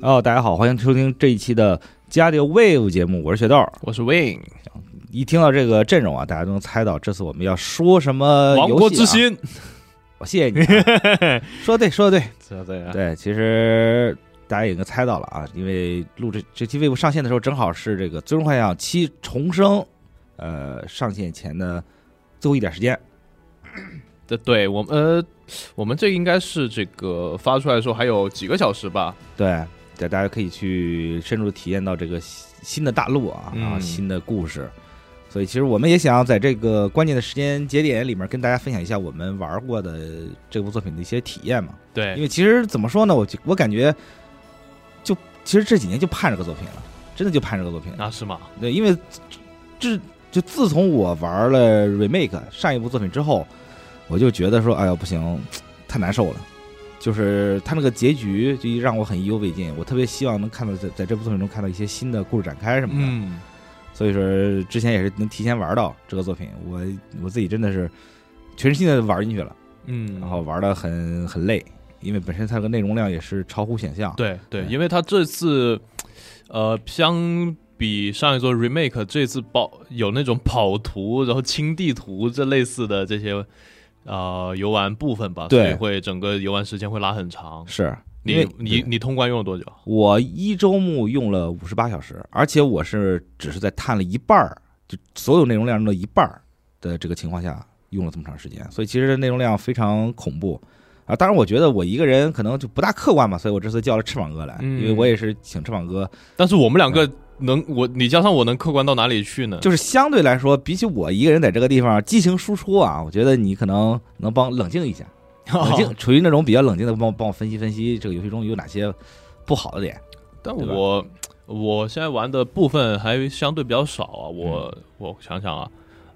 哦，大家好，欢迎收听这一期的《加迪 Wave》节目，我是雪豆。我是 Win，一听到这个阵容啊，大家都能猜到这次我们要说什么游戏、啊。亡国之，心，我谢谢你、啊。 说得对，说得对，对对啊，对，其实大家也能猜到了啊，因为录这这期 Wave 上线的时候，正好是这个《最终幻想七重生》呃上线前的最后一点时间。对对，我们呃，我们这应该是这个发出来的时候还有几个小时吧？对，大大家可以去深入体验到这个新新的大陆啊，嗯然后新的故事。所以，其实我们也想要在这个关键的时间节点里面跟大家分享一下我们玩过的这部作品的一些体验嘛。因对，为其实怎么说呢，我就我感觉就其实这几年就盼这个作品了，真的就盼这个作品了。那是吗？对，因为这就自从我玩了 remake 上一部作品之后，我就觉得说，哎呀，不行，太难受了。就是他那个结局就让我很意犹未尽，我特别希望能看到在在这部作品中看到一些新的故事展开什么的。嗯，所以说之前也是能提前玩到这个作品，我我自己真的是全身心的玩进去了，嗯，然后玩的很很累，因为本身它这个内容量也是超乎想象。对对，对因为他这次，呃，相比上一座 remake，这次跑有那种跑图，然后清地图这类似的这些，呃，游玩部分吧，对所以会整个游玩时间会拉很长。是因你为你对你通关用了多久？我一周目用了五十八小时，而且我是只是在探了一半儿，就所有内容量中的一半儿的这个情况下用了这么长时间，所以其实内容量非常恐怖啊！当然，我觉得我一个人可能就不大客观嘛，所以我这次叫了翅膀哥来，嗯因为我也是请翅膀哥，但是我们两个能我你加上我能客观到哪里去呢？就是相对来说，比起我一个人在这个地方激情输出啊，我觉得你可能能帮冷静一下，哦冷静，处于那种比较冷静的帮我帮我分析分析这个游戏中有哪些不好的点。 但对吧我我现在玩的部分还相对比较少啊，我、嗯我想想啊，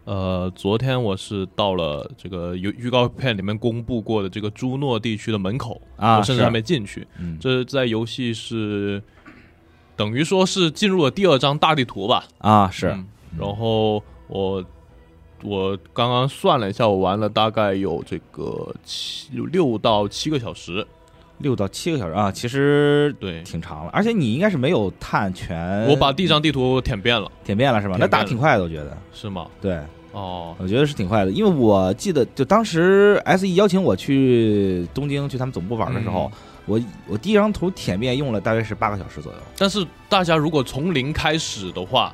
呃，昨天我是到了这个预预告片里面公布过的这个朱诺地区的门口，啊我甚至是还没进去。嗯这在游戏是等于说是进入了第二张大地图吧？啊，是嗯然后我我刚刚算了一下，我玩了大概有这个七六到七个小时，六到七个小时啊，其实对。挺长了，而且你应该是没有探全，我把第一张地图舔遍了，舔遍了是吧？那舔遍打了挺快的，我觉得，是吗？对，哦，我觉得是挺快的，因为我记得就当时 S E 邀请我去东京去他们总部玩的时候，嗯我我第一张图舔遍用了大约是八个小时左右，但是大家如果从零开始的话，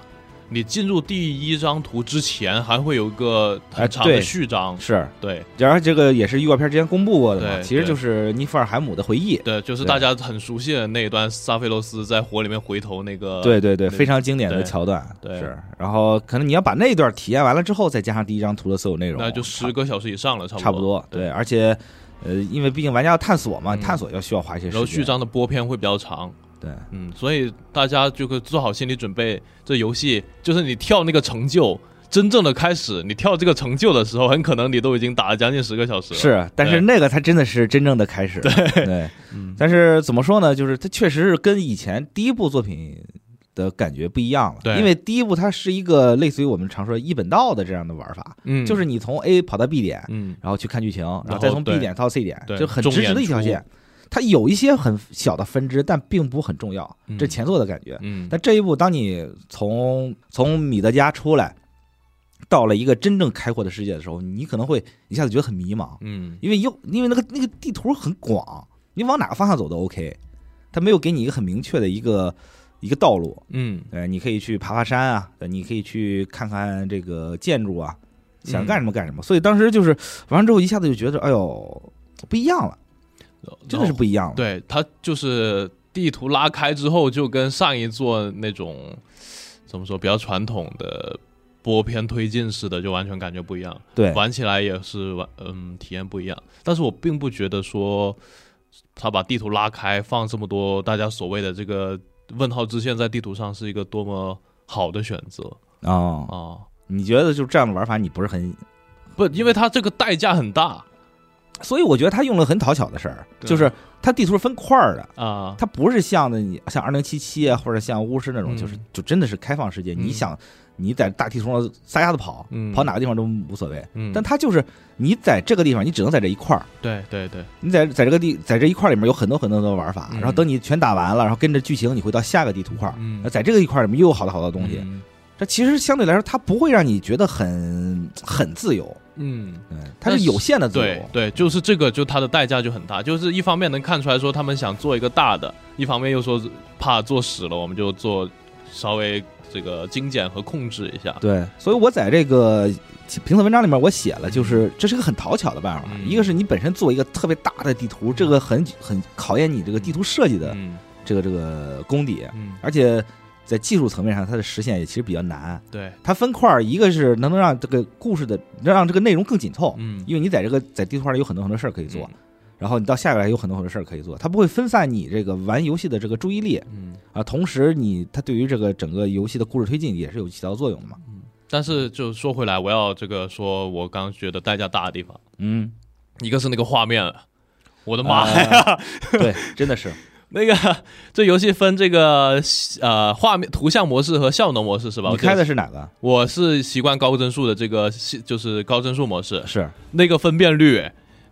你进入第一张图之前，还会有一个很长哎的对序章。是，对然而这个也是预告片之前公布过的嘛，对其实对就是尼弗尔海姆的回忆，对，就是对大家很熟悉的那一段萨菲罗斯在火里面回头那个。对对对，对非常经典的对桥段，对是，然后可能你要把那段体验完了之后，再加上第一张图的所有内容，那就差十个小时以上了，差差不不。多，对，而且，呃，因为毕竟玩家要探索嘛，嗯探索要需要花一些时然间。后序章的播片会比较长，对，嗯，所以大家就可以做好心理准备，这游戏就是你跳那个成就，真正的开始，你跳这个成就的时候，很可能你都已经打了将近十个小时了。，是，但是那个才真的是真正的开始。对，嗯，但是怎么说呢？就是它确实是跟以前第一部作品的感觉不一样了。对因为第一部它是一个类似于我们常说一本道的这样的玩法，嗯，就是，你从 A 跑到 B 点，嗯，然后去看剧情，然然后后再从对 B 点到 C 点，对就很重直直的演一条出线。它有一些很小的分支，但并不很重要，这嗯是前作的感觉。嗯，但这一步，当你从从米德家出来，到了一个真正开阔的世界的时候，你可能会一下子觉得很迷茫，嗯，因为又因为那个那个地图很广，你往哪个方向走都 OK，它没有给你一个很明确的一个一个道路。嗯，呃，你可以去爬爬山啊，呃你可以去看看这个建筑啊，想嗯干什么干什么。所以当时就是玩完之后，一下子就觉得，哎呦，不一样了，真的然是后不一样了。对，它就是地图拉开之后，就跟上一座那种怎么说比较传统的播片推进式的，就完全感觉不一样。对玩起来也是完，嗯，体验不一样。但是我并不觉得说他把地图拉开放这么多大家所谓的这个问号支线在地图上是一个多么好的选择啊、啊！你觉得就这样的玩法，你不是很不，因为它这个代价很大。所以我觉得他用了很讨巧的事儿，对就是他地图是分块儿的，啊，它不是像那你像二零七七啊，或者像巫师那种，嗯就是就真的是开放世界，嗯你想你在大地图上撒丫子跑，嗯跑哪个地方都无所谓。嗯，但它就是你在这个地方，你只能在这一块儿，对对对，你在在这个地在这一块儿里面有很多很多的玩法，嗯然后等你全打完了，然后跟着剧情你会到下个地图块儿，嗯那在这个一块儿里面又有好多好多东西。嗯这其实相对来说，它不会让你觉得很很自由，嗯嗯，它是有限的自对由。对，就是这个，就它的代价就很大，就是一方面能看出来说他们想做一个大的，一方面又说怕做死了，我们就做稍微这个精简和控制一下。对，所以我在这个评测文章里面我写了，就是这是个很讨巧的办法。嗯一个是你本身做一个特别大的地图，这个很很考验你这个地图设计的嗯这个这个功底，嗯，而且在技术层面上它的实现也其实比较难。对，它分块儿，一个是能能让这个故事的能让这个内容更紧凑，嗯，因为你在这个在地图上有很多很多事儿可以做，嗯，然后你到下边来有很多很多事儿可以做，它不会分散你这个玩游戏的这个注意力嗯，啊。同时你，它对于这个整个游戏的故事推进也是有起到作用的嘛。但是就说回来，我要这个说，我刚刚觉得代价大的地方，嗯，一个是那个画面了，我的 妈呀！呀！呃对，真的是，那个这游戏分这个呃画面图像模式和效能模式是吧？你我记得开的是哪个？我是习惯高帧数的这个就是高帧数模式，是那个分辨率，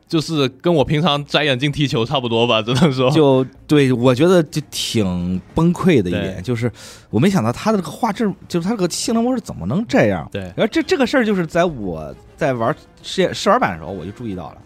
就是跟我平常摘眼镜踢球差不多吧，只能 说。就对我觉得就挺崩溃的一对点，就是我没想到它的这个画质，就是它这个性能模式怎么能这样？ 对，然后这这个事儿就是在我在玩试验试玩版的时候我就注意到了，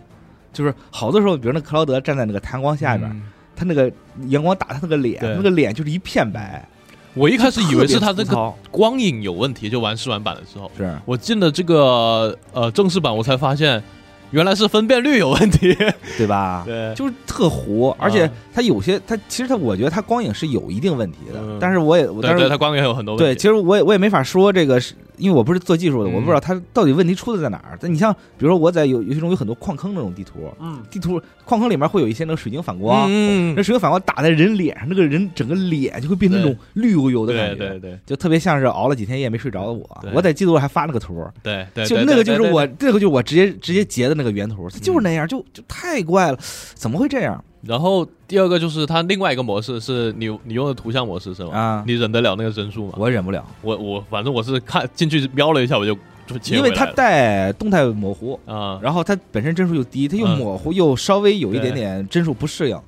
就是好多时候，比如那克劳德站在那个弹光下边，嗯他那个阳光打他那个脸，对那个脸就是一片白，我一开始以为是它特这别粗个糙光影有问题，就玩试玩版的时候，是我进了这个呃正式版，我才发现原来是分辨率有 问题。对吧？对，就是特糊，而且啊它有些它其实它我觉得它光影是有一定问题的，嗯但是我也我对但对，是它光影有很多问对，题。其实我也我也没法说这个是，因为我不是做技术的，嗯我不知道它到底问题出的在哪儿。但你像比如说我在游游戏中有很多矿坑那种地图，嗯，地图矿坑里面会有一些那个水晶反光，嗯那水晶反光打在人脸上，那个人整个脸就会变成那种绿油油的感对觉，对对就特别像是熬了几天夜没睡着的我对。我在季度还发了个图，对对，就对那个就对是对我对嗯那个就是我直接直接截的那个原图，它就是那样，就就太怪了，怎么会这样然后第二个就是它另外一个模式是你你用的图像模式是吗？啊？你忍得了那个帧数吗？我忍不了，我我反正我是看进去瞄了一下，我就就切因为回它来了带动态模糊，啊，然后它本身帧数又低，它又嗯模糊，又稍微有一对点点帧数不适应。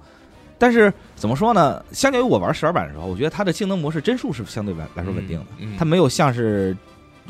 但是怎么说呢？相较于我玩十二版的时候，我觉得它的性能模式帧数是相对来来说稳定的，嗯，嗯它没有像是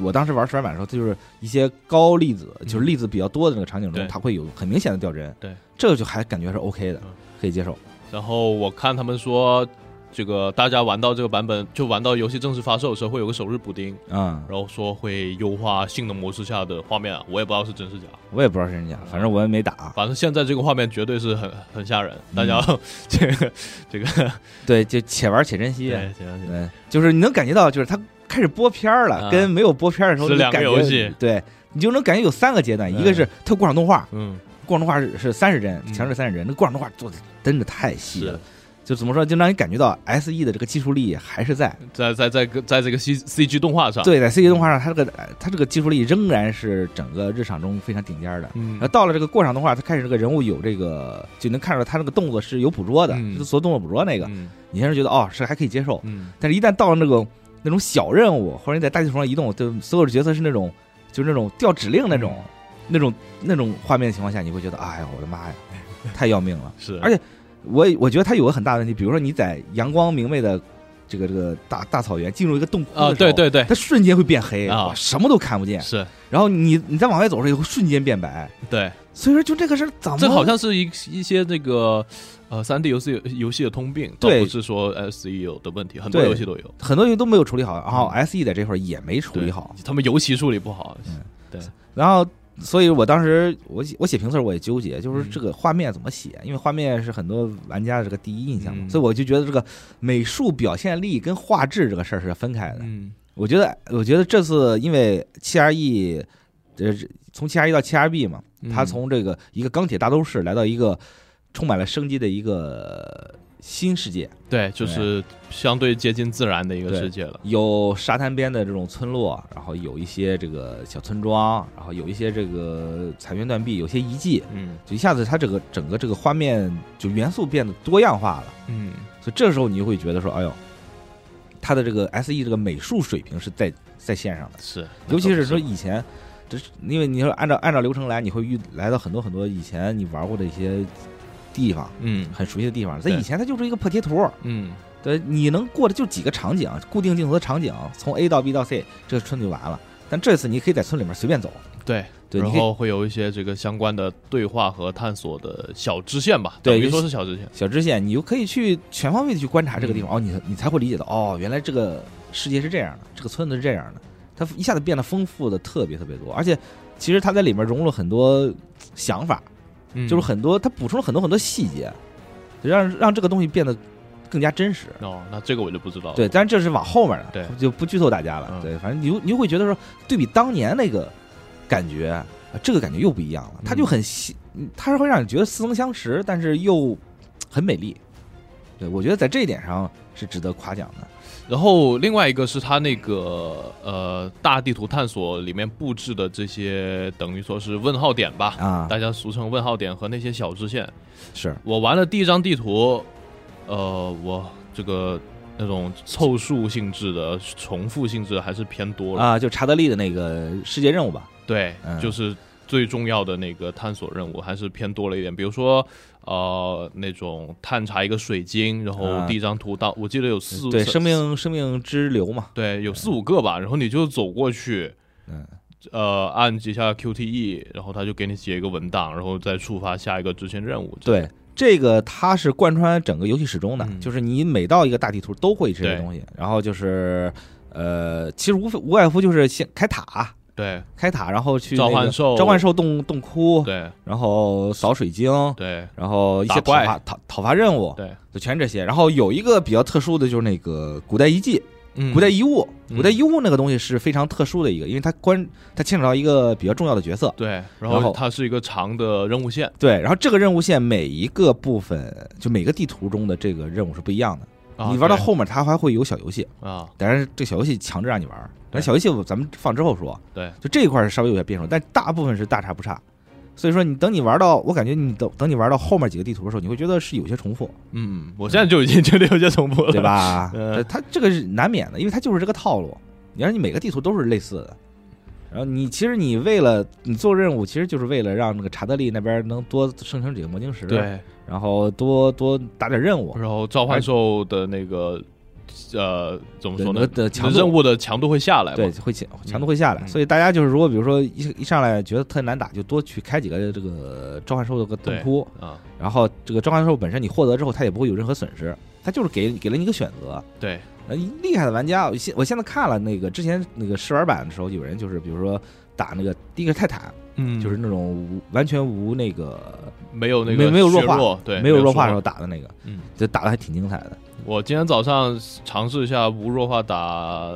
我当时玩十二版的时候，就是一些高粒子，就是粒子比较多的那个场景中嗯对，它会有很明显的掉帧。对，这个就还感觉是 OK 的嗯，可以接受。然后我看他们说，这个大家玩到这个版本，就玩到游戏正式发售的时候，会有个首日补丁，嗯，然后说会优化性能模式下的画面啊，我也不知道是真是假，我也不知道是真假，反正我也没打。反正现在这个画面绝对是很很吓人，嗯大家、这个这个对，就且玩且珍惜。嗯对行对，就是你能感觉到，就是它开始播片儿了，啊跟没有播片儿的时候是你两个感觉游戏对，你就能感觉有三个阶段，嗯一个是它有过场动画，嗯过场动画是是三十帧，嗯强制三十帧，那过场动画做的真的太细是了。就怎么说，就让你感觉到 S E 的这个技术力还是在，在在在在这个 C C G 动画上，对，在 C G 动画上，它这个它这个技术力仍然是整个日常中非常顶尖儿的。嗯然后到了这个过场动画，它开始这个人物有这个，就能看出来他那个动作是有捕捉的，嗯就是做动作捕捉那个，嗯你先是觉得哦是还可以接受，嗯但是一旦到了那种那种小任务，或者你在大地图上移动，就所有的角色是那种就是那种调指令那种、嗯那种那种画面的情况下，你会觉得哎呀我的妈呀，太要命了！ 是，而且我我觉得它有个很大的问题，比如说你在阳光明媚的这个这个大大草原进入一个洞窟的啊时候对。对对它瞬间会变黑啊哇什么都看不见。是，然后你你再往外走的时候，也会瞬间变白。对，所以说，就这个事儿怎么这好像是一一些这个呃三 D 游戏游戏的通病，倒对不是说 S E 有的问题，很多对游戏都有，很多游戏都没有处理好，然后 S E 在这块儿也没处理对好，他们尤其处理不好。嗯然后，所以我当时我写我写评测我也纠结，嗯就是这个画面怎么写，因为画面是很多玩家的这个第一印象嘛，嗯所以我就觉得这个美术表现力跟画质这个事儿是分开的。嗯我觉得，我觉得这次因为七 R E，呃，从七 R E 到七 R B 嘛，嗯他从这个一个钢铁大都市来到一个充满了生机的一个新世界，对，就是相对接近自然的一个对世界了。有沙滩边的这种村落，然后有一些这个小村庄，然后有一些这个残垣断壁，有些遗迹，嗯就一下子它这个整个这个画面就元素变得多样化了，嗯，所以这时候你就会觉得说，哎呦，它的这个 S E 这个美术水平是在在线上的，是，尤其是说那可不嘛以前。这是因为你说按照按照流程来，你会遇来到很多很多以前你玩过的一些地方，嗯很熟悉的地方。在对以前它就是一个破贴图，嗯对，你能过的就几个场景，固定镜头的场景，从 A 到 B 到 C，这个村就完了。但这次你可以在村里面随便走，对，对，然你可以后会有一些这个相关的对话和探索的小支线吧，对等于尤其说是小支线。小支线，你就可以去全方位的去观察这个地方，哦，你你才会理解到，哦，原来这个世界是这样的，这个村子是这样的，它一下子变得丰富的特别特别多，而且其实它在里面融入了很多想法，嗯就是很多它补充了很多很多细节，让让这个东西变得更加真实。哦，那这个我就不知道了。对，但是这是往后面的，对就不剧透大家了嗯。对，反正你就你就会觉得说，对比当年那个感觉，啊这个感觉又不一样了。它就很细，嗯它是会让你觉得似曾相识，但是又很美丽。对，我觉得在这一点上是值得夸奖的。然后另外一个是它那个呃大地图探索里面布置的这些，等于说是问号点吧，啊，大家俗称问号点和那些小支线。是我玩了第一张地图，呃，我这个那种凑数性质的重复性质还是偏多了。啊，就查德利的那个世界任务吧，对，嗯就是最重要的那个探索任务还是偏多了一点。比如说，呃，那种探查一个水晶，然后啊第一张图到，我记得有四对，三生命生命之流嘛，对有四五个吧，然后你就走过去，嗯，呃，按几下 QTE，然后他就给你写一个文档，然后再触发下一个支线任务。对。这个它是贯穿整个游戏始终的，嗯就是你每到一个大地图都会这些对东西，然后就是，呃，其实无非无外乎就是先开塔，对开塔，然后去、那召个唤兽召唤兽洞洞窟，对然后扫水晶，对然后一些讨打怪伐讨讨伐任务，对，就全这些。然后有一个比较特殊的就是那个古代遗迹、嗯古代遗物、嗯古代遗物那个东西是非常特殊的一个，因为它关它牵扯到一个比较重要的角色。对，然然后后它是一个长的任务线，对，然后这个任务线每一个部分，就每个地图中的这个任务是不一样的。啊你玩到对后面，它还会有小游戏，啊，当然这小游戏强制让你玩儿。但对小游戏我咱们放之后说。对，就这一块儿稍微有点变数，但大部分是大差不差。所以说，你等你玩到，我感觉你等等你玩到后面几个地图的时候，你会觉得是有些重 复，嗯，我现在就已经觉得有些重复了，对？吧？嗯它它这个是难免的，因为它就是这个套路。你让你每个地图都是类似的，然后你其实你为了你做任务，其实就是为了让那个查德利那边能多生成几个魔晶石，， 对，然后多多打点任务，然后召唤兽的那个呃怎么对说那个？呢的强度任务的强度会下来嘛，对，会强强度会下来。哎嗯所以大家就是，如果比如说一一上来觉得特难打，就多去开几个这个召唤兽的个洞对窟，啊，然后这个召唤兽本身你获得之后，它也不会有任何损失，它就是给给了你一个选择。对，呃，厉害的玩家，我现我现在看了那个之前那个试玩版的时候，有人就是比如说打那个第一个是泰坦，嗯就是那种无完全无那个没有那没个没有弱削化弱，对，没有弱化的时候了。打的那个，嗯，就打的还挺精彩的，我今天早上尝试一下无弱化打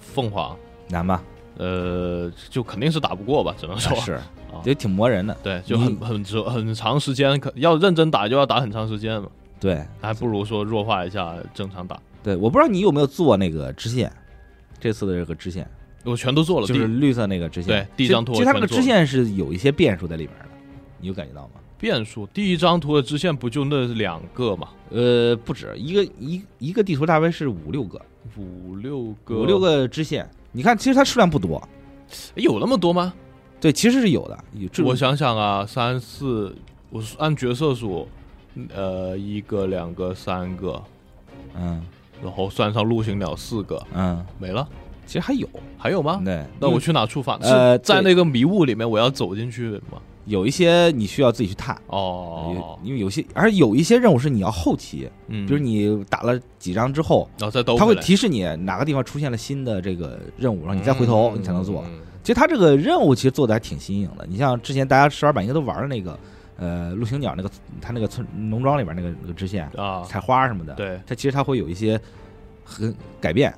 凤凰，难吧？呃，就肯定是打不过吧，只能说啊是，也挺磨人的。 对，就很很长很长时间，可要认真打就要打很长时间嘛，对还不如说弱化一下正常打。对，我不知道你有没有做那个支线，这次的这个支线我全都做了，就是第绿色那个支线对，第一张图其实其实它这我个全做支了线是有一些变数在里边的，你有感觉到吗？变数，第一张图的支线不就那两个嘛，呃，不止一个一一个地图大概是五六个，五六个，五六个支线。你看，其实它数量不多，诶有那么多吗？对，其实是有的。有这我想想啊，三四，我是按角色数，呃，一个、两个、三个，嗯然后算上陆行鸟四个，嗯，没了，其实还有还有吗？对。那因我为去哪触发？呃是在对那个迷雾里面，我要走进去吗？有一些你需要自己去探，哦，因为有些，而有一些任务是你要后期，嗯，比如，你打了几张之后，然后再兜它回会来，提示你哪个地方出现了新的这个任务，然后你再回头你才能做。嗯。嗯其实它这个任务其实做的还挺新颖的。你像之前大家十二版应该都玩的那个，呃，陆行鸟那个它那个村农庄里边那个那个支线，嗯啊，采花什么的，对，它其实它会有一些很改变。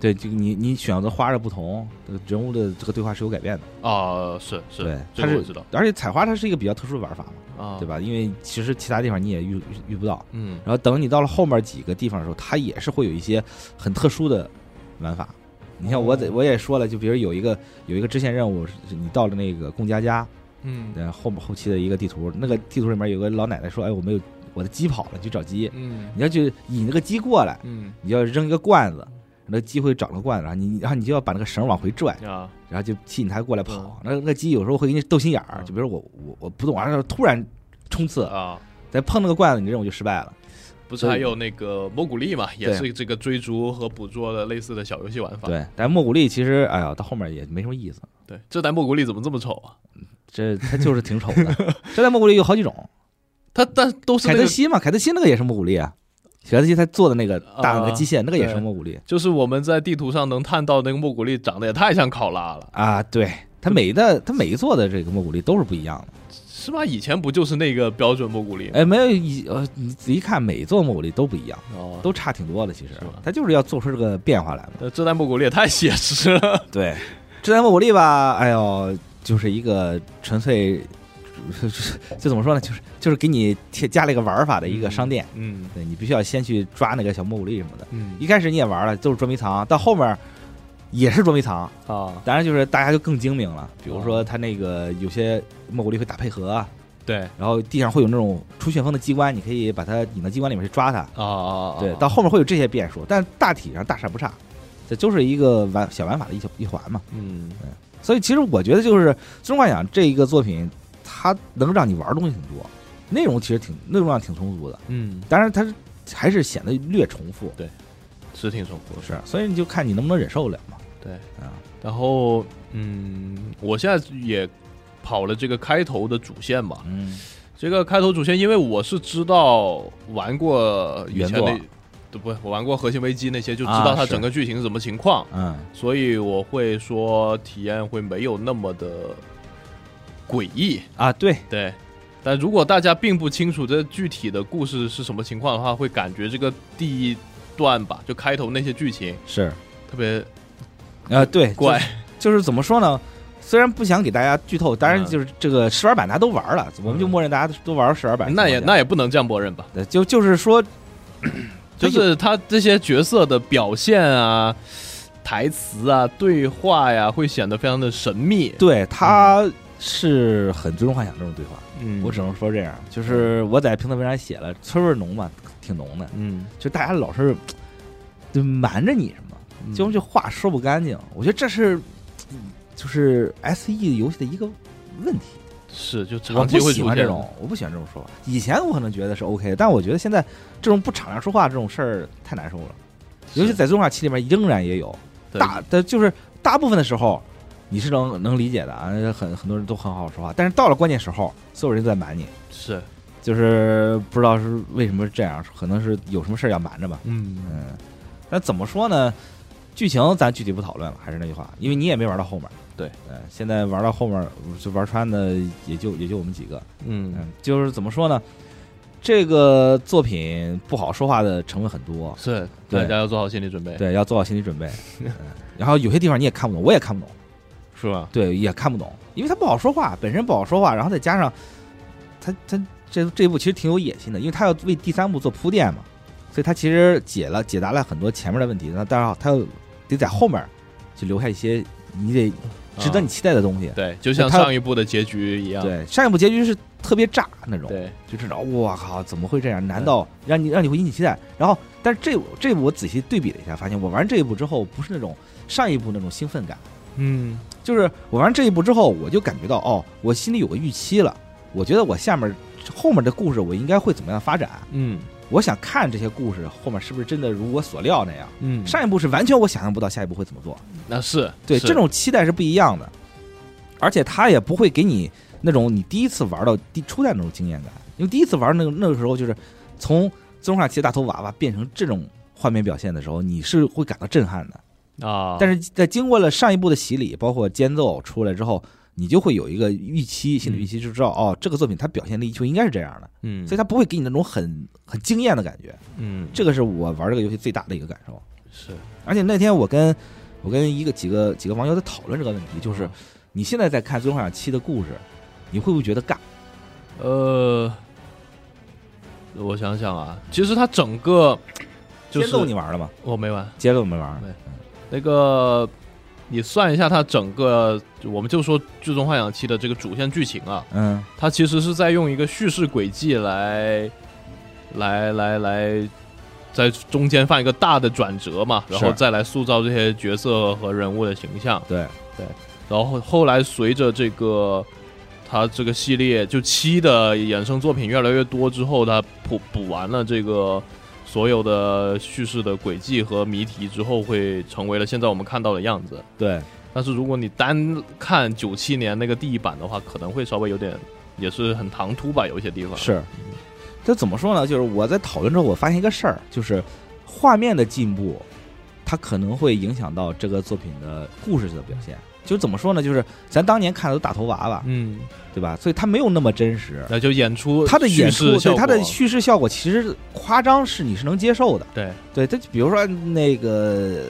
对，这个你你选择花的不同，这个人物的这个对话是有改变的。啊，是是对，这它个我是知道，而且采花它是一个比较特殊的玩法嘛，啊，对？吧？因为其实其他地方你也遇遇遇不到。嗯然后等你到了后面几个地方的时候，它也是会有一些很特殊的玩法。你像我得我也说了，就比如有一个有一个支线任务，是你到了那个贡家家，嗯呃后后期的一个地图，那个地图里面有个老奶奶说：“哎，我没有我的鸡跑了，你去找鸡。”嗯你要去引那个鸡过来，嗯你要扔一个罐子，那个鸡会找个罐子，然后你然后你就要把那个绳往回拽，啊，然后就吸引它过来跑。那那个鸡有时候会给你斗心眼儿，嗯就比如我我我不动，然后突然冲刺，啊，再碰那个罐子，你的任务就失败了。不是所以还有那个蘑古力嘛，也对是这个追逐和捕捉的类似的小游戏玩法。，对，但莫古力其实，哎呀，到后面也没什么意思。对，这代蘑古力怎么这么丑啊？这它就是挺丑的。这代莫古力有好几种，它但都 是凯那特个，西嘛，凯特西那个也是莫古力啊。凯特西他做的那个大的那个机械，那个也啊对是莫古力就是我们在地图上能看到那个蘑古力长得也太像考拉了，啊。对，他每一的他每一座的这个莫古力都是不一样的。是吧？以前不就是那个标准蘑古力吗？哎，没有一呃，你仔细看，每一座莫古力都不一样，哦，都差挺多的。其实是吧他就是要做出这个变化来嘛。呃这代蘑古力也太写实 了。对，这代莫古力吧，哎呦，就是一个纯粹。 就是就怎么说呢？就是就是给你贴加了一个玩法的一个商店，嗯对你必须要先去抓那个小蘑菇粒什么的。嗯一开始你也玩了，都是捉迷藏，到后面也是捉迷藏，啊，当然就是大家就更精明了。比如说它那个有些蘑菇粒会打配合啊，对然后地上会有那种出旋风的机关，你可以把它引到机关里面去抓它。啊啊，啊对，到后面会有这些变数，但大体上大差不差，这就是一个玩小玩法的一小一环嘛。嗯所以其实我觉得就是《最终幻想》这一个作品，它能让你玩的东西很多，内容其实挺内容量挺充足的，嗯，当然它是还是显得略重复。是挺重复的。是，所以你就看你能不能忍受了嘛。对啊，然后嗯，我现在也跑了这个开头的主线嘛，嗯，这个开头主线，因为我是知道玩过以前原作的，对不，我玩过核心危机那些，就知啊道它是整个剧情是什么情况，嗯，所以我会说体验会没有那么的诡异，啊，对，对。但如果大家并不清楚这具体的故事是什么情况的话，会感觉这个第一段吧，就开头那些剧情是，特别啊，对，怪，就，就是怎么说呢？虽然不想给大家剧透，当然嗯就是这个试玩版大家都玩了，我们就默认大家都玩试玩版。 那也那也不能这样默认吧。那呃就就是 说，就它有是他这些角色的表现啊、台词啊、对话呀，会显得非常的神秘。对，它是很最终幻想这种对话，嗯我只能说这样。就是我在评测文章写了，村味儿浓嘛，挺浓的，嗯，就大家老是就瞒着你什么。嗯就这话说不干净，我觉得这是就是 S E 游戏的一个问题。是就我长期不会喜出欢现这种，我不喜欢这种说法。以前我可能觉得是 OK，的但我觉得现在这种不敞亮说话这种事儿太难受了，尤其在《动画七》里面仍然也有对大的就是大部分的时候。你是能能理解的啊，很很多人都很好说话，但是到了关键时候，所有人都在瞒你，是就是不知道是为什么这样，可能是有什么事儿要瞒着吧。嗯嗯，那怎么说呢？剧情咱具体不讨论了，还是那句话，因为你也没玩到后面。对，呃，现在玩到后面就玩穿的也就也就我们几个。嗯嗯，就是怎么说呢？这个作品不好说话的成分很多，是对大家要做好心理准备，对，要做好心理准备。嗯然后有些地方你也看不懂，我也看不懂，是吧？对，也看不懂，因为它不好说话，本身不好说话，然后再加上它它这这一部其实挺有野心的，因为它要为第三部做铺垫嘛，所以它其实解了解答了很多前面的问题，那当然它得在后面就留下一些你得值得你期待的东西。啊对，就像他上一部的结局一样，对，上一部结局是特别炸那种，对就这种，我靠，怎么会这样？难道让你让你会引起期待？然后，但是这这部我仔细对比了一下，发现我玩这一部之后，不是那种上一部那种兴奋感，嗯就是我玩这一步之后，我就感觉到哦，我心里有个预期了。我觉得我下面后面的故事我应该会怎么样发展？嗯我想看这些故事后面是不是真的如我所料那样。嗯，上一步是完全我想象不到下一步会怎么做，那是对是这种期待是不一样的，而且它也不会给你那种你第一次玩到第初代那种经验感，因为第一次玩那个那个时候就是从中上期大头娃娃变成这种画面表现的时候，你是会感到震撼的。啊，但是在经过了上一步的洗礼，包括间奏出来之后，你就会有一个预期，心理预期就知道、哦，这个作品它表现力就应该是这样的，嗯，所以它不会给你那种很很惊艳的感觉。嗯这个是我玩这个游戏最大的一个感受。是而且那天我跟我跟一个几个几个网友嗯在讨论这个问题，就是你现在在看《最终幻想七》的故事，你会不会觉得尬？呃，我想想啊，其实它整个就节奏是你玩了吗？我没玩节奏没玩没，那个，你算一下它整个，我们就说《最终幻想七》的这个主线剧情啊，嗯，它其实是在用一个叙事轨迹来，来来来，在中间放一个大的转折嘛，然后是再来塑造这些角色和人物的形象。对，然后后来随着这个它这个系列就七的衍生作品越来越多之后，它补补完了这个所有的叙事的轨迹和谜题之后，会成为了现在我们看到的样子。对，但是如果你单看九七年那个第一版的话，可能会稍微有点，也是很唐突吧，有一些地方。是。这怎么说呢？就是我在讨论之后，我发现一个事儿，就是画面的进步，它可能会影响到这个作品的故事的表现。就怎么说呢？就是咱当年看的都大头娃娃，嗯，对吧？所以它没有那么真实。那就演出它的演叙出，事效对果它的叙事效果，其实夸张是你是能接受的。对对，它比如说那个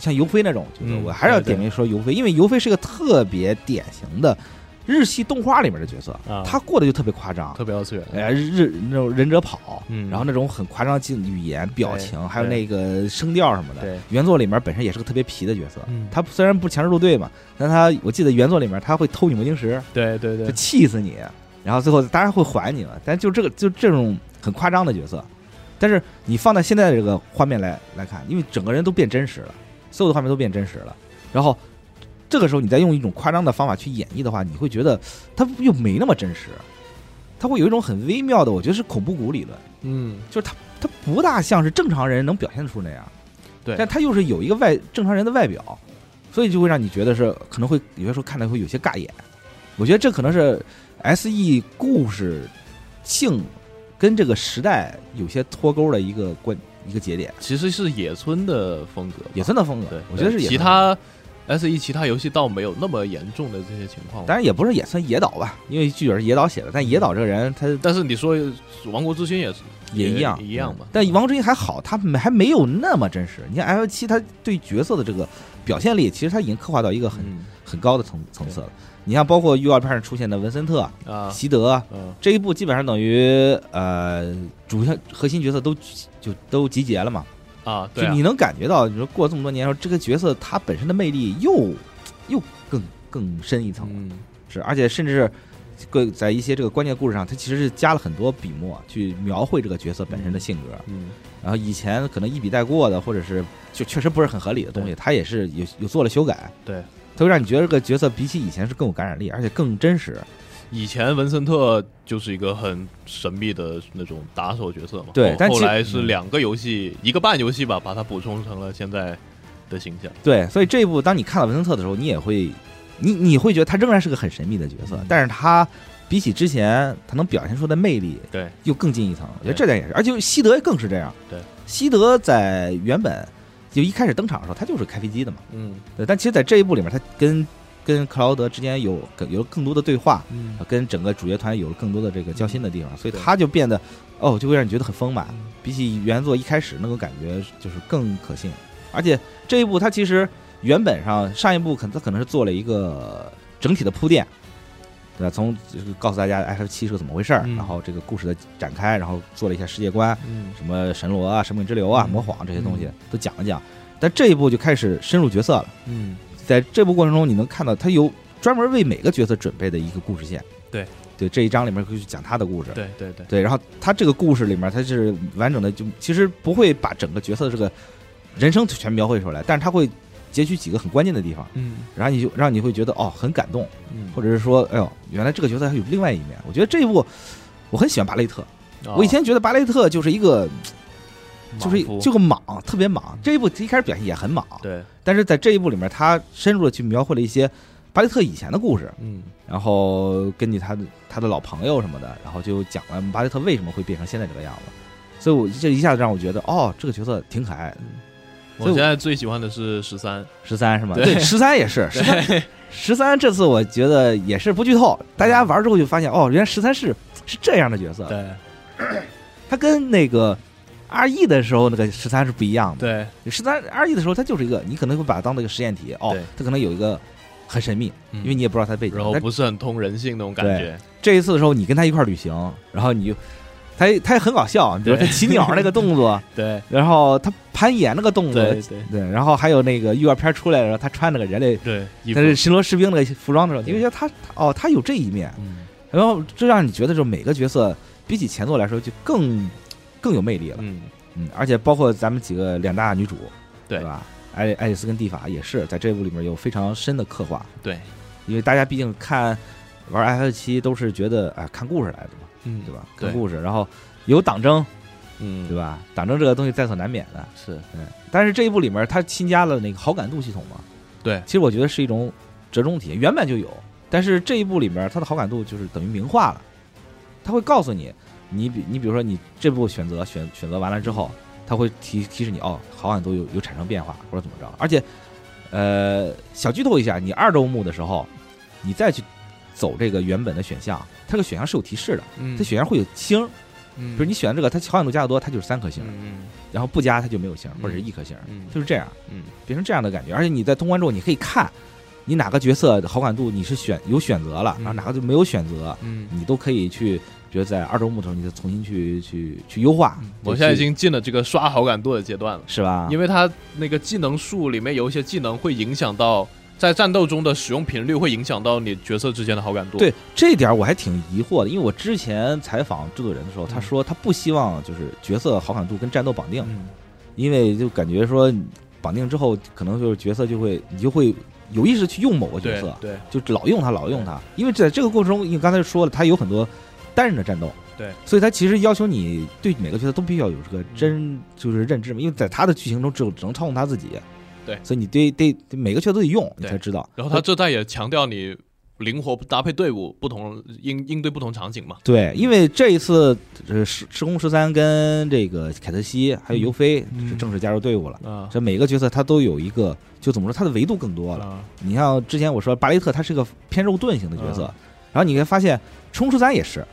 像尤菲那种，就是嗯我还是要对对点名说尤菲，因为尤菲是个特别典型的日系动画里面的角色，啊，他过得就特别夸张，特别二次元，哎，日那种忍者跑，嗯然后那种很夸张的语言、表情，还有对那个声调什么的。对，原作里面本身也是个特别皮的角色，嗯，他虽然不强制入队嘛，但他我记得原作里面他会偷你魔晶石，对对就对，气死你，然后最后当然会还你了。但就这个就这种很夸张的角色，但是你放在现在这个画面来来看，因为整个人都变真实了，所有的画面都变真实了，然后。这个时候，你再用一种夸张的方法去演绎的话，你会觉得它又没那么真实，它会有一种很微妙的，我觉得是恐怖谷理论，嗯，就是它它不大像是正常人能表现出那样，对但它又是有一个外正常人的外表，所以就会让你觉得是可能会有些时候看的会有些尬眼。我觉得这可能是 S E 故事性跟这个时代有些脱钩的一个关一个节点，其实是野村的风格吧，野村的风格，啊对，我觉得是野村其他 S E 其他游戏倒没有那么严重的这些情况。当然也不是野村野岛吧，因为剧本是野岛写的，但野岛这个人他但是你说《王国之心》也是，也一样也一样嘛嗯但王之音还好，他没还没有那么真实。你看 F 七，他对角色的这个表现力，其实他已经刻画到一个很嗯很高的层层次了。你像包括预告片上出现的文森特、啊，席德嗯，这一部，基本上等于呃主线核心角色都就都集结了嘛。啊，对就啊你，能感觉到，你说过了这么多年后，这个角色他本身的魅力又又更更深一层了。嗯，是，而且甚至是个在一些这个关键故事上，他其实是加了很多笔墨去描绘这个角色本身的性格。嗯，然后以前可能一笔带过的，或者是就确实不是很合理的东西，他也是有有做了修改。对，它会让你觉得这个角色比起以前是更有感染力，而且更真实。以前文森特就是一个很神秘的那种打手角色嘛，对后但其后实嗯来是两个游戏，一个半游戏吧，把它补充成了现在的形象。对，所以这一部当你看到文森特的时候，你也会，你你会觉得他仍然是个很神秘的角色，嗯但是他比起之前他能表现出的魅力对，又更进一层。我觉得对这点也是，而且西德更是这样。对，西德在原本就一开始登场的时候，他就是开飞机的嘛。嗯对，但其实在这一部里面，他跟跟克劳德之间有更有更多的对话，嗯跟整个主角团有了更多的这个交心的地方，所以对他就变得哦，就会让你觉得很丰满嗯，比起原作一开始那种感觉就是更可信。而且这一部它其实原本上上一部可能它可能是做了一个整体的铺垫，对吧？从就是告诉大家哎 F 七是个怎么回事儿，嗯然后这个故事的展开，然后做了一下世界观，嗯，什么神罗啊、生命之流啊、嗯魔晃这些东西都讲了讲。但这一部就开始深入角色了。嗯，在这部过程中，你能看到他有专门为每个角色准备的一个故事线。对对，这一章里面会去讲他的故事。对对对，对，然后他这个故事里面，他是完整的，就其实不会把整个角色的这个人生全描绘出来，但是他会截取几个很关键的地方，嗯然后你就让你会觉得哦很感动，嗯，或者是说哎呦原来这个角色还有另外一面。我觉得这一部我很喜欢巴雷特，啊我以前觉得巴雷特就是一个就是莽夫就个莽，特别莽。这一部一开始表现也很莽，对，但是在这一部里面，他深入的去描绘了一些巴雷特以前的故事，嗯然后根据他的他的老朋友什么的，然后就讲了巴雷特为什么会变成现在这个样子。所以我这一下子让我觉得，哦，这个角色挺可爱的。我所以现我在最喜欢的是十三，十三是吗？对对，十三也是。十 三，十三这次我觉得也是不剧透，大家玩之后就发现，哦，原来十三是是这样的角色，对他跟那个。R E 的时候，那个十三是不一样的。对十三 R E 的时候，它就是一个，你可能会把它当做一个实验题。哦对，它可能有一个很神秘，嗯因为你也不知道它的背景。然后但不是很通人性那种感觉，这一次的时候，你跟他一块儿旅行，然后你就，他也他也很搞笑，比如他对骑鸟那个动 作，对然后他攀岩那个动作，对对对，然后还有那个预告片出来的时候，他穿那个人类，对，衣服但是巡逻士兵那个服装的时候，你对会觉得他哦，他有这一面，嗯然后这让你觉得就每个角色比起前作来说就更更有魅力了，嗯嗯，而且包括咱们几个两大女主，对吧？爱爱丽丝跟蒂法也是在这部里面有非常深的刻画，对因为大家毕竟看玩 F 七都是觉得啊、看故事来的嘛，嗯对吧？对看故事，然后有党争，嗯对吧？党争这个东西在所难免的，是但是这一部里面它新加了那个好感度系统嘛，对其实我觉得是一种折中体验，原版就有，但是这一部里面它的好感度就是等于明化了，它会告诉你，你比你比如说你这部选择选选择完了之后，它会提提示你哦，好感度有有产生变化或者怎么着，而且呃小剧透一下，你二周目的时候，你再去走这个原本的选项，它这个选项是有提示的，嗯它选项会有星儿，嗯比如你选的这个，它好感度加的多，它就是三颗星，嗯然后不加它就没有星或者是嗯一颗星，嗯就是这样。嗯变成这样的感觉。而且你在通关之后，你可以看你哪个角色好感度你是选有选择了，嗯然后哪个就没有选择，嗯你都可以去，比如在二周目的时候，你再重新去去去优化嗯。就我现在已去经进了这个刷好感度的阶段了，是吧？因为它那个技能树里面有一些技能会影响到在战斗中的使用频率，会影响到你角色之间的好感度。对这点我还挺疑惑的，因为我之前采访制作人的时候，他嗯说他不希望就是角色好感度跟战斗绑定，嗯，因为就感觉说绑定之后，可能就是角色就会你就会有意识地去用某个角对色，对就老用它，老用它，因为在这个过程中，因为刚才说了，它有很多单人的战斗，对，所以它其实要求你对每个角色都必须要有这个嗯真就是认知嘛，因为在它的剧情中只有只能操控他自己，对所以你得得得每个角色都得用，你对才知道。呃然后它这代也强调你灵活搭配队伍，不同应应对不同场景嘛。对，因为这一次呃，施施工十三跟这个凯特西还有尤菲嗯是正式加入队伍了。啊这每个角色他都有一个，就怎么说，他的维度更多了。啊，你像之前我说巴雷特，他是个偏肉盾型的角色，嗯然后你会发现冲出三也是，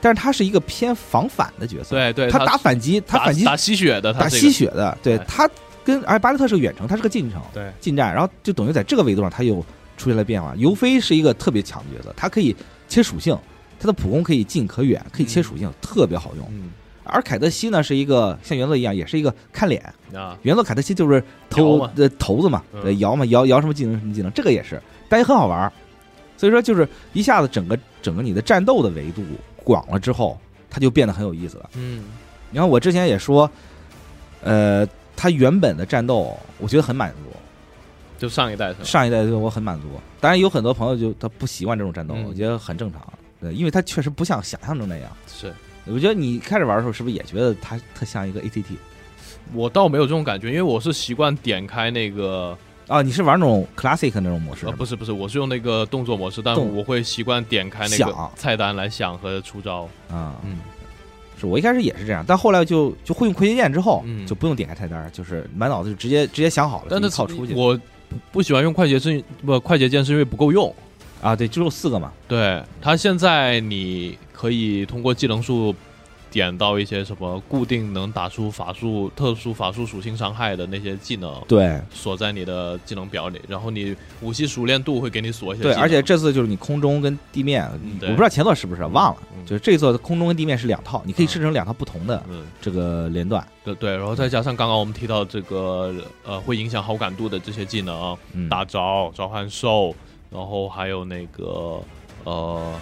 但是他是一个偏防反的角色。，对对，他打反击，他打反击打吸血的，打他这个哎吸血的。对对他跟而且巴雷特是个远程，他是个近程对近战，然后就等于在这个维度上他又出现了变化。尤菲是一个特别强的角色，他可以切属性，他的普攻可以近可远，可以切属性，特别好用。嗯而凯特西呢是一个像原作一样，也是一个看脸，啊原作凯特西就是头摇嘛呃头子嘛，嗯呃摇嘛摇摇什么技能什么技能，这个也是，但也很好玩儿。所以说就是一下子整个整个你的战斗的维度广了之后，它就变得很有意思了。嗯你看我之前也说，呃，它原本的战斗我觉得很满足，就上一代是吧？上一代对我很满足。当然有很多朋友就他不习惯这种战斗，嗯我觉得很正常，对，因为它确实不像想象中那样。是我觉得你开始玩的时候是不是也觉得它特像一个 ATT 我倒没有这种感觉，因为我是习惯点开那个啊？你是玩那种 classic 那种模式呃吗？不是不是，我是用那个动作模式，但动我会习惯点开那个想菜单来想和出招。啊、嗯是我一开始也是这样，但后来就就会用快捷键之后，嗯就不用点开菜单，就是满脑子就直接直接想好了，啊但就是一套出去我不喜欢用快捷键，不快捷键是因为不够用。啊，对，只有四个嘛，对它现在你可以通过技能树点到一些什么固定能打出法术、特殊法术属性伤害的那些技能，对锁在你的技能表里，然后你武器熟练度会给你锁一些技对，能。而且这次就是你空中跟地面，嗯我对不知道前作是不是忘了，嗯就是这次的空中跟地面是两套，你可以嗯设成两套不同的嗯这个连段，对对，然后再加上刚刚我们提到这个呃会影响好感度的这些技能，嗯，大招、召唤兽，然后还有那个呃，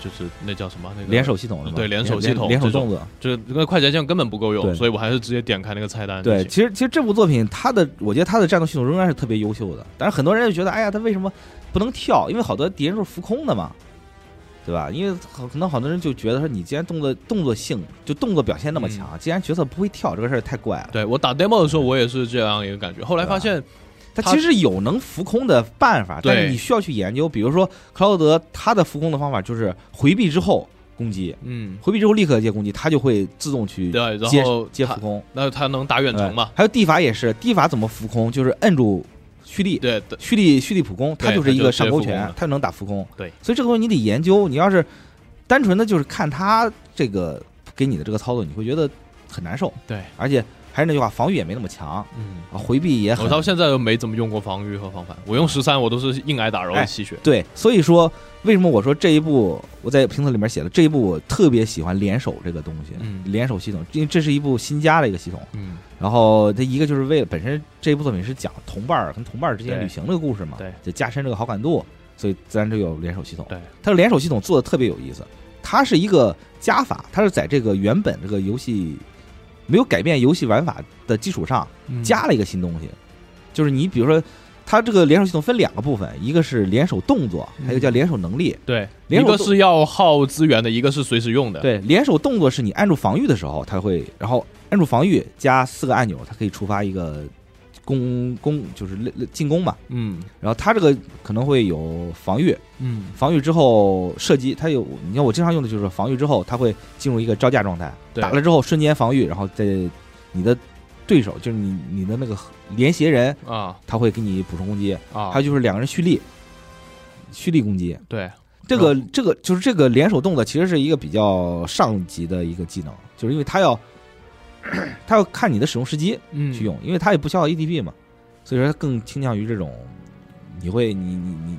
就是那叫什么那个联手系统是吧？对联手系统联联手这种动作，这个这个快捷键根本不够用，对所以我还是直接点开那个菜单就对，行。其实其实这部作品它的，我觉得它的战斗系统仍然是特别优秀的，但是很多人就觉得，哎呀，它为什么不能跳？因为好多敌人都是浮空的嘛，对吧？因为好可能好多人就觉得说，你既然动作动作性就动作表现那嗯么强，既然角色不会跳，这个事儿太怪了。对我打 demo 的嗯时候，我也是这样一个感觉。后来发现，它它其实有能浮空的办法，但是对你需要去研究。比如说克劳德，他的浮空的方法就是回避之后攻击，嗯，回避之后立刻接攻击，他就会自动去对，然接后接它浮空。那它能打远程嘛哎？还有地法也是，地法怎么浮空？就是摁住蓄力，对对蓄力蓄力普攻，对它就是一个它就是上勾浮攻拳的，它能打浮攻。对，所以这个东西你得研究。你要是单纯的就是看它这个给你的这个操作，你会觉得很难受。对，而且还是那句话，防御也没那么强，嗯，啊，回避也我很到现在都没怎么用过防御和防反，我用十三我都是硬挨打，哎然后吸血。对。所以说，为什么我说这一部我在评测里面写了这一部我特别喜欢联手这个东西，嗯联手系统，因为这是一部新加的一个系统。嗯然后它一个就是为了本身这部作品是讲同伴儿跟同伴儿之间对旅行这个故事嘛，对，就加深这个好感度，所以自然就有联手系统。对，它的联手系统做的特别有意思，它是一个加法，它是在这个原本这个游戏没有改变游戏玩法的基础上嗯加了一个新东西，就是你比如说。它这个联手系统分两个部分，一个是联手动作，嗯还有叫联手能力。对，一联手个是要耗资源的，一个是随时用的。，对，联手动作是你按住防御的时候，它会，然后按住防御加四个按钮，它可以触发一个攻攻，就是类类进攻嘛。嗯然后它这个可能会有防御，嗯，防御之后射击，它有你看我经常用的就是防御之后，它会进入一个招架状态，对打了之后瞬间防御，然后再你的对手就是你你的那个连携人，啊他会给你补充攻击，啊还有，就是两个人蓄力，蓄力攻击，对，这个这个就是这个联手动作其实是一个比较上级的一个技能，就是因为它要它要看你的使用时机嗯去用，因为它也不消耗 ATP 嘛，所以说它更倾向于这种你会你你你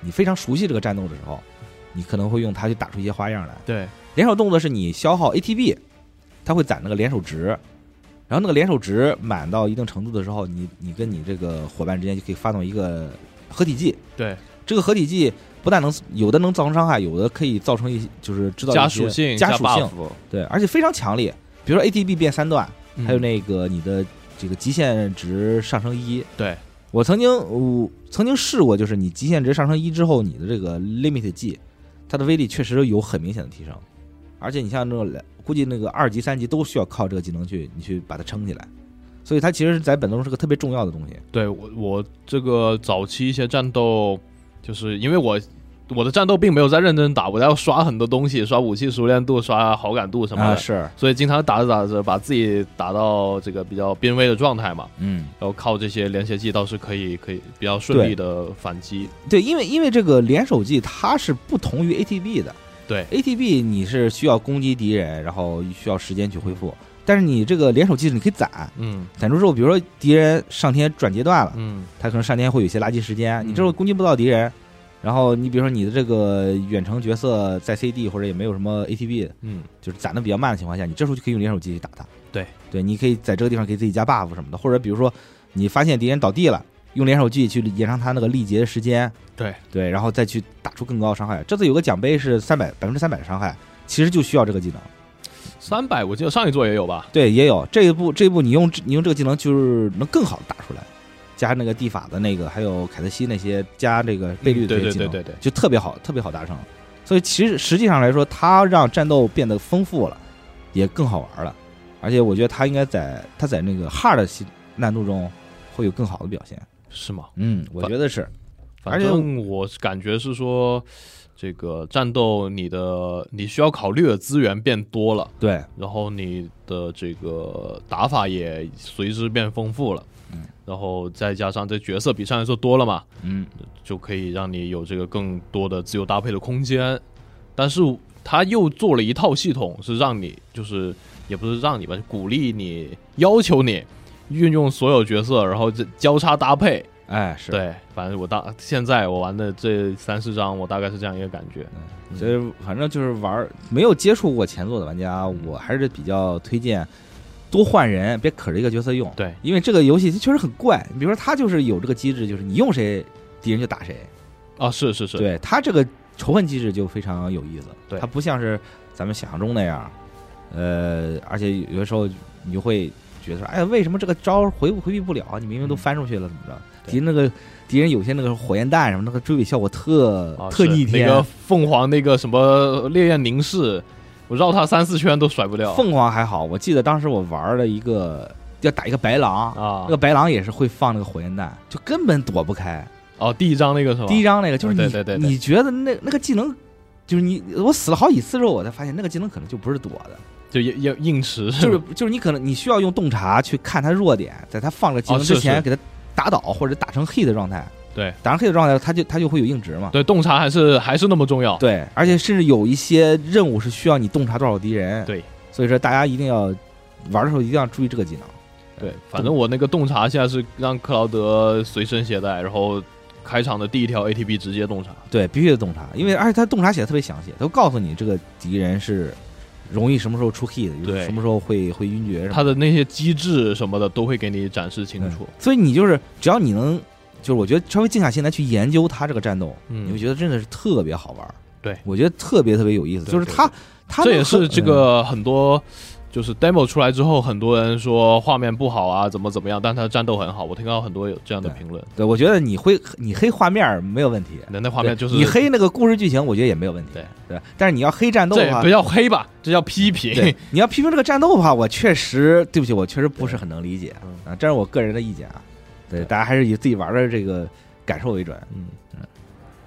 你非常熟悉这个战斗的时候，你可能会用它去打出一些花样来。对，联手动作是你消耗 ATP，它会攒那个联手值，然后那个联手值满到一定程度的时候，你你跟你这个伙伴之间就可以发动一个合体技。对，这个合体技不但能有的能造成伤害，有的可以造成一些就是制造加一些属性加属性， buff，对，而且非常强烈。比如说 ATB 变三段，嗯还有那个你的这个极限值上升一。对我曾经我曾经试过，就是你极限值上升一之后，你的这个 limit 技，它的威力确实有很明显的提升。而且你像这个，估计那个二级、三级都需要靠这个技能去你去把它撑起来，所以它其实在本中是个特别重要的东西。对我我这个早期一些战斗，就是因为我我的战斗并没有在认真打，我要刷很多东西，刷武器熟练度，刷好感度什么啊，的，是，所以经常打着打着把自己打到这个比较边位的状态嘛，嗯，然后靠这些连携技倒是可以可以比较顺利的反击。对，因为因为这个联手技它是不同于 ATB 的，对 ATB 你是需要攻击敌人，然后需要时间去恢复，但是你这个联手技你可以攒，嗯攒住之后，比如说敌人上天转阶段了，嗯他可能上天会有一些垃圾时间，嗯你这时候攻击不到敌人，然后你比如说你的这个远程角色在 CD 或者也没有什么 ATB，嗯，就是攒的比较慢的情况下，你这时候就可以用联手技去打他。对对，你可以在这个地方给自己加 buff 什么的，或者比如说你发现敌人倒地了，用联手技去延长他那个力竭的时间。对对，然后再去打出更高的伤害。这次有个奖杯是三百百分之三百的伤害，其实就需要这个技能。三百我记得上一座也有吧？对，也有这一步，这一步你用这你用这个技能就是能更好的打出来，加那个地法的那个，还有凯特西那些加这个倍率的嗯对这些对技对能，对对，就特别好，特别好达成。所以其实实际上来说，它让战斗变得丰富了，也更好玩了。而且我觉得它应该在它在那个 hard 系难度中会有更好的表现。是吗？嗯，我觉得是。反正我感觉是说，这个战斗你的你需要考虑的资源变多了，对，然后你的这个打法也随之变丰富了，嗯然后再加上这角色比上一座多了嘛，嗯，就可以让你有这个更多的自由搭配的空间。但是他又做了一套系统，是让你就是也不是让你吧，鼓励你，要求你运用所有角色，然后这交叉搭配。哎，是。对，反正我大现在我玩的这三四张，我大概是这样一个感觉。所以反正就是玩儿没有接触过前作的玩家，嗯我还是比较推荐多换人，别可着一个角色用。对，因为这个游戏它确实很怪，你比如说它就是有这个机制，就是你用谁敌人就打谁。啊，是是是，对它这个仇恨机制就非常有意思，对它不像是咱们想象中那样，呃，而且有的时候你就会觉得说，哎呀，为什么这个招回不回避不了啊？你明明都嗯翻出去了，怎么着？对敌人那个敌人有些那个火焰弹什么，那个追尾效果特、啊，特是逆天。那个凤凰那个什么烈焰凝视，我绕它三四圈都甩不掉。凤凰还好，我记得当时我玩了一个要打一个白狼，啊那个，白狼也是会放那个火焰弹，就根本躲不开。哦，第一张那个是吧？第一章那个就是你，对对对对你觉得那那个技能，就是你我死了好几次之后，我才发现那个技能可能就不是躲 的，就硬硬硬吃，就是就是你可能你需要用洞察去看他弱点，在他放了技能哦是之前是给他打倒或者打成 hit 的状态，对，打成 hit 的状态，他就他就会有硬直嘛。对，洞察还是还是那么重要。对，而且甚至有一些任务是需要你洞察多少敌人。对，所以说大家一定要玩的时候一定要注意这个技能。对，反正我那个洞察下是让克劳德随身携带，然后开场的第一条 ATB 直接洞察。对，必须得洞察，因为而且他洞察写的特别详细，都告诉你这个敌人是容易什么时候出 key 的，对什么时候会会晕厥什么它的的那些机制什么的都会给你展示清楚对。所以你就是只要你能，就是我觉得稍微静下心来去研究他这个战斗，嗯你会觉得真的是特别好玩儿。对我觉得特别特别有意思，对就是对他他这能也很嗯是这个很多就是 demo 出来之后，很多人说画面不好啊，怎么怎么样，但它战斗很好。我听到很多有这样的对评论，对，我觉得你会你黑画面儿没有问题，那那画面对就是你黑那个故事剧情，我觉得也没有问题。对但是你要黑战斗这的也话不，叫黑吧，这叫批评啊对。，你要批评这个战斗的话，我确实对不起，我确实不是很能理解嗯啊，这是我个人的意见啊。对，对大家还是以自己玩的这个感受为准。 嗯，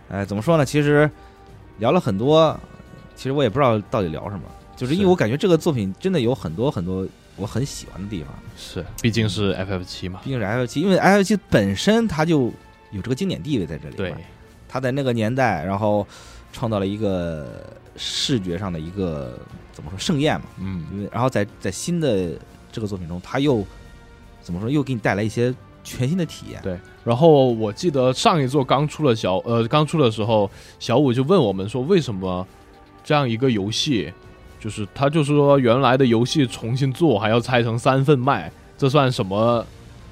哎，怎么说呢？其实聊了很多，其实我也不知道到底聊什么，就是因为是我感觉这个作品真的有很多很多我很喜欢的地方，是，毕竟是 FF 七嘛。毕竟是 F 七，因为 F 七本身它就有这个经典地位在这里。对，，他在那个年代，然后创造了一个视觉上的一个怎么说盛宴嘛，嗯，因为然后在在新的这个作品中，他又怎么说又给你带来一些全新的体验。对然后我记得上一座刚出了小呃刚出的时候，小五就问我们说，为什么这样一个游戏，就是他就是说原来的游戏重新做还要拆成三份卖，这算什么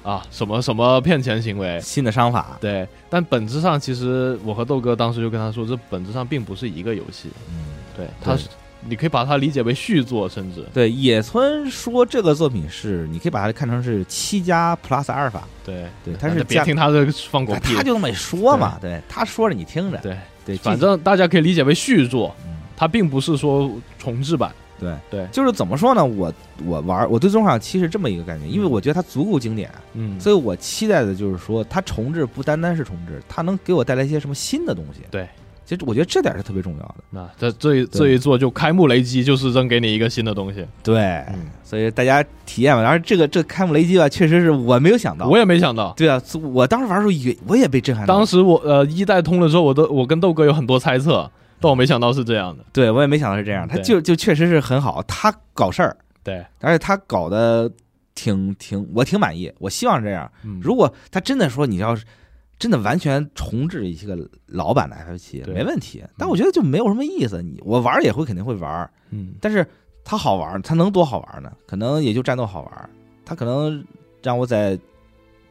啊？什么什么骗钱行为？新的商法，对，但本质上其实我和豆哥当时就跟他说，这本质上并不是一个游戏，嗯，对，它是你可以把它理解为续作，甚至对。野村说这个作品是，你可以把它看成是七加 Plus 阿尔法，对对，他那是别加，听他这放狗屁他，就这么说嘛，对，他说着你听着，对，对，反正大家可以理解为续作嗯，它并不是说重置版，对对就是怎么说呢？我我玩我对《中小七》是这么一个感觉，因为嗯我觉得它足够经典，嗯，所以我期待的就是说，它重置不单单是重置，它能给我带来一些什么新的东西。对，其实我觉得这点是特别重要的。那这这一这一座就开幕雷击，就是扔给你一个新的东西，对，嗯所以大家体验吧。然后这个这个开幕雷击吧，确实是我没有想到。我也没想到。对啊，所以我当时玩的时候也我也被震撼到，当时时我呃一代通了之后，我都我跟豆哥有很多猜测，但我没想到是这样的。对我也没想到是这样，它对就就确实是很好，它搞事儿，对，而且它搞得挺挺我挺满意，我希望这样。嗯如果他真的说你要是真的完全重置一个老版的 F 七，对没问题，但我觉得就没有什么意思。你我玩儿也会肯定会玩儿，嗯但是它好玩儿，它能多好玩儿呢？可能也就战斗好玩儿，它可能让我在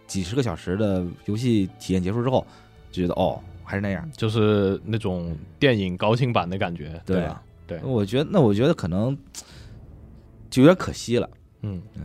几十个小时的游戏体验结束之后，就觉得哦还是那样。就是那种电影高清版的感觉，对啊吧？对，我觉得那我觉得可能就有点可惜了。嗯嗯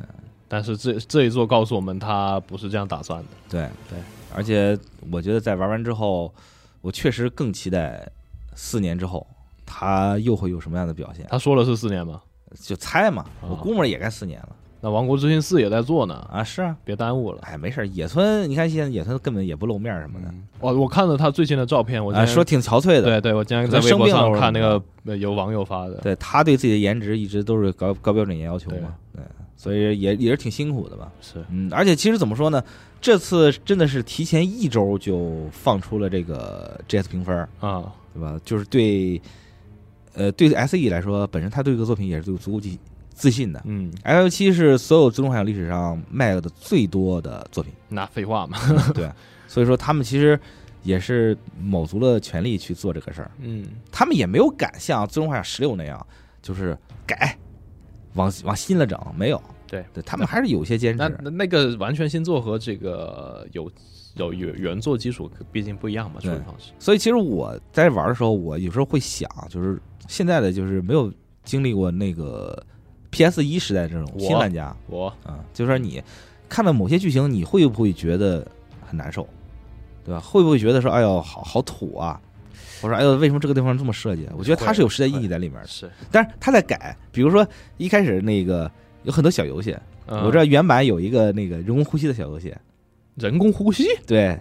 但是这这一座告诉我们，他不是这样打算的。对对，而且我觉得在玩完之后，我确实更期待四年之后他又会有什么样的表现，他说了是四年嘛，就猜嘛。啊我估摸着也该四年了那《王国之心四》也在做呢，啊，是啊，别耽误了。哎，没事儿。野村，你看现在野村根本也不露面儿什么的，我我看了他最新的照嗯片，我今啊，天说挺憔悴的。对对，我今天可在能微生博病了上或者看那什么个呃有网友发的，对他对自己的颜值一直都是高高标准要求嘛，对，所以也也是挺辛苦的吧。是嗯，而且其实怎么说呢，这次真的是提前一周就放出了这个 GS 评分儿，啊，对吧？就是对，呃，对 SE 来说，本身他对这个作品也是有足够自自信的。嗯， L 七是所有自动幻想历史上卖的最多的作 品，那废话嘛，对，所以说他们其实也是卯足了全力去做这个事儿。 嗯，他们也没有敢像自动幻想十六那样，就是改，往往新了整，没有。对，对他们还是有些坚那持。那那个完全新作和这个有有原原作基础毕竟不一样嘛，处对理方式，所以其实我在玩的时候，我有时候会想，就是现在的就是没有经历过那个 PS 一时代这种我新玩家，我啊，就是说你看到某些剧情，你会不会觉得很难受，对吧？会不会觉得说，哎呦，好好土啊？我说，哎呦，为什么这个地方这么设计？啊我觉得它是有时代意义在里面的，是，但是它在改，比如说一开始那个有很多小游戏，嗯我知道原版有一个那个人工呼吸的小游戏，人工呼吸对，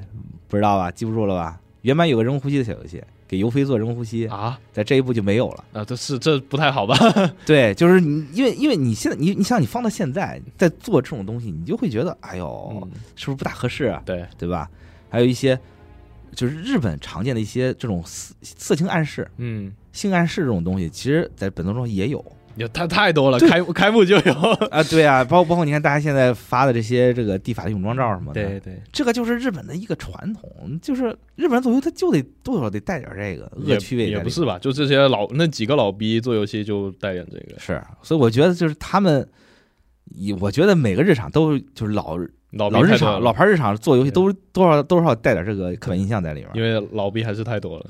不知道吧？记不住了吧？原版有个人工呼吸的小游戏，给尤菲做人工呼吸，啊在这一步就没有了。啊，这是这不太好吧？对，就是你，因为因为你现在你你想你放到现在在做这种东西，你就会觉得，哎呦嗯，是不是不大合适啊？对，对吧？还有一些就是日本常见的一些这种色色情暗示、嗯，性暗示这种东西，其实在本作中也有。有太太多了，开开幕就有。啊，对啊，包包括你看大家现在发的这些这个地法的泳装照什么的，对对，这个就是日本的一个传统，就是日本人做游戏他就得多少得带点这个恶也趣味在里面，也不是吧？就这些老那几个老逼做游戏就代言这个是，所以我觉得就是他们，以我觉得每个日常都就是老老老逼日太多了常老牌日常做游戏对都多少多少带点这个刻板印象在里面。因为老逼还是太多了。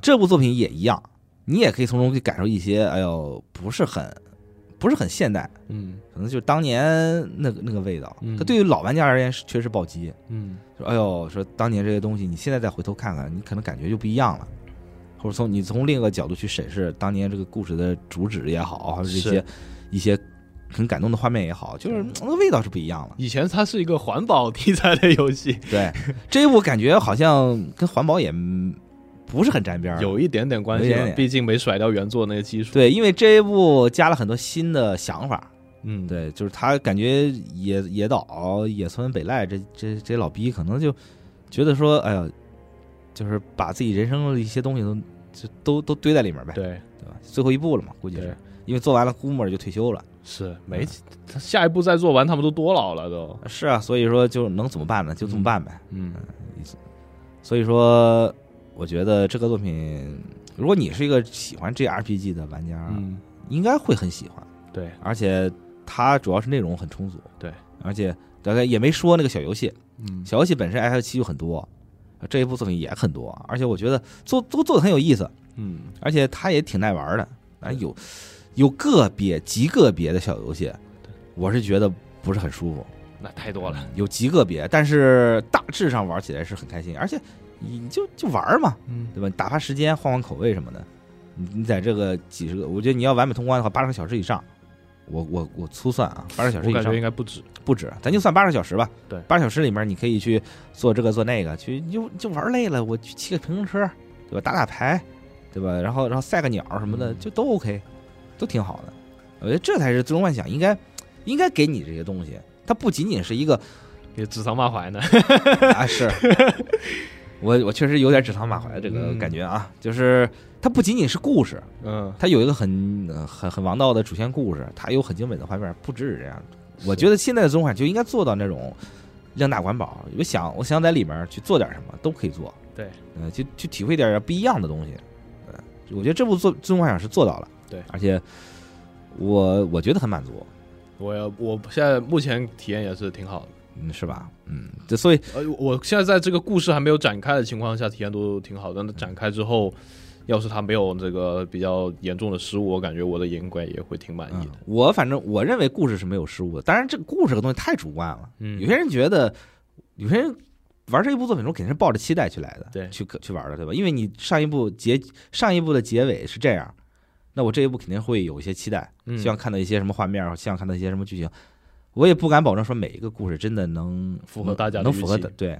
这部作品也一样，你也可以从中去感受一些，哎呦，不是很不是很现代，嗯可能就是当年那个那个味道嗯。它对于老玩家而言是确实暴击，嗯，说哎呦，说当年这些东西，你现在再回头看看，你可能感觉就不一样了，或者从你从另一个角度去审视当年这个故事的主旨也好，还是一是些一些很感动的画面也好，就是嗯那个味道是不一样了。以前它是一个环保题材的游戏，对，这一部感觉好像跟环保也嗯不是很沾边儿。有一点点关系有一点吧，点毕竟没甩掉原作那个基础。对，因为这一部加了很多新的想法。嗯，对，就是他感觉野野岛、野村北赖这这这些老逼，可能就觉得说，哎呀，就是把自己人生的一些东西都就都都堆在里面呗，对对吧？最后一步了嘛，估计对是因为做完了，估摸着就退休了。啊是没嗯他下一步再做完，他们都多老了都。是啊，所以说就能怎么办呢？就这么办呗。嗯所以说，我觉得这个作品，如果你是一个喜欢 JRPG 的玩家，嗯，应该会很喜欢。对，而且它主要是内容很充足，对，而且大概也没说那个小游戏，嗯小游戏本身 F 七就很多，这一部作品也很多，而且我觉得做都做的很有意思，嗯，而且它也挺耐玩的。啊，有有个别极个别的小游戏，我是觉得不是很舒服，那太多了。有极个别，但是大致上玩起来是很开心，而且你就就玩嘛，嗯，对吧？你打发时间，换换口味什么的。你你在这个几十个，我觉得你要完美通关的话，八十个小时以上，我我我粗算啊，八十小时我以感上觉应该不止。不止，咱就算八个小时吧。对八小时里面你可以去做这个做那个，去你就就玩累了，我去骑个平衡车，对吧？打打牌，对吧？然后然后赛个鸟什么的，嗯就都 OK，都挺好的。我觉得这才是最终幻想应该应该给你这些东西，它不仅仅是一个也指桑骂槐呢。啊， 是我我确实有点指桑骂槐的这个嗯感觉啊，就是它不仅仅是故事，嗯，它有一个很呃很很王道的主线故事，它有很精美的画面，不只是这样。我是觉得现在的中款就应该做到那种量大管饱，我想我想在里面去做点什么都可以做，对，呃，去去体会点不一样的东西。呃，我觉得这部做《最终幻想》是做到了，对而且我我觉得很满足， 我要我现在目前体验也是挺好的。嗯，是吧？嗯，这所以呃，我现在在这个故事还没有展开的情况下，体验都挺好的。那展开之后，要是他没有这个比较严重的失误，我感觉我的眼光也会挺满意嗯的。，我反正我认为故事是没有失误的，当然这个故事这个东西太主观了，嗯，有些人觉得，有些人玩这一部作品中肯定是抱着期待去来的，对去去玩的，对吧？因为你上一部结上一部的结尾是这样，那我这一部肯定会有一些期待，嗯希望看到一些什么画面，希望看到一些什么剧情。我也不敢保证说每一个故事真的能符合大家的能预符合期的，对。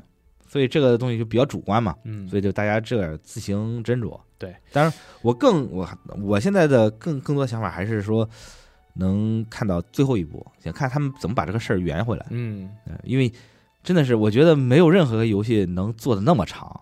所以这个东西就比较主观嘛，嗯，所以就大家这个自行斟酌。对，当然我更我我现在的更更多想法还是说，能看到最后一步，想看他们怎么把这个事儿圆回来。嗯，嗯，因为真的是，我觉得没有任何个游戏能做的那么 长。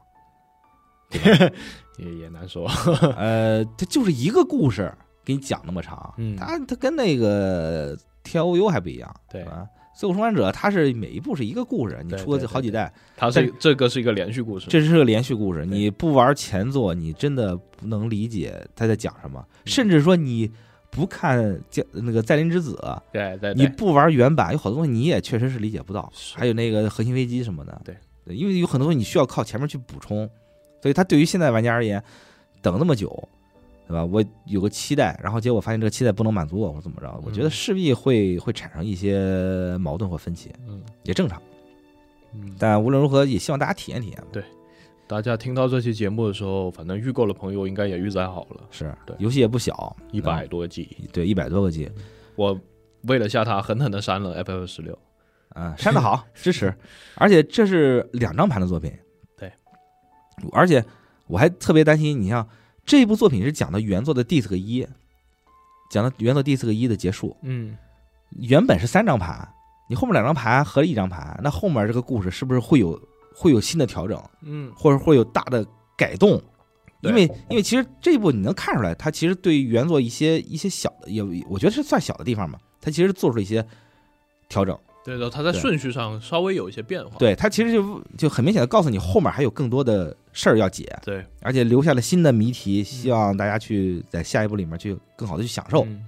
也也难说。呃，它就是一个故事给你讲那么长，嗯它它跟那个 T L O U 还不一样，对吧？最后生还者，它是每一步是一个故事，你对出了对好几代，它是这个是一个连续故事，这是个连续故事。对你不玩前作，你真的不能理解他在讲什么，嗯甚至说你不看叫那个《再临之子》，对对你对，不玩原版，有好多东西你也确实是理解不到，是还有那个核心危机什么的，对对，因为有很多东西你需要靠前面去补充，所以它对于现在玩家而言，等那么久，对吧？我有个期待，然后结果发现这个期待不能满足我，或者怎么着，我觉得嗯势必会会产生一些矛盾或分歧，嗯也正常。嗯。但无论如何，也希望大家体验体验吧。大家听到这期节目的时候，反正预购的朋友应该也预载好了，是对，游戏也不小，一百多 G。嗯对一百多个 G，我为了下它，狠狠的删了 FF 十六。嗯，删的好，支持。而且这是两张盘的作品，对。而且我还特别担心，你像这部作品是讲的原作的 Disc 一，讲的原作 Disc 一的结束，嗯，原本是三张盘，你后面两张盘合了一张盘，那后面这个故事是不是会有会有新的调整，嗯，或者会有大的改动？因为因为其实这一部你能看出来，它其实对原作一些一些小的，也我觉得是算小的地方嘛，它其实做出了一些调整。对的，它在对顺序上稍微有一些变化。对，它其实就就很明显的告诉你后面还有更多的事儿要解，对，而且留下了新的谜嗯题，希望大家去在下一步里面去更好的去享受。嗯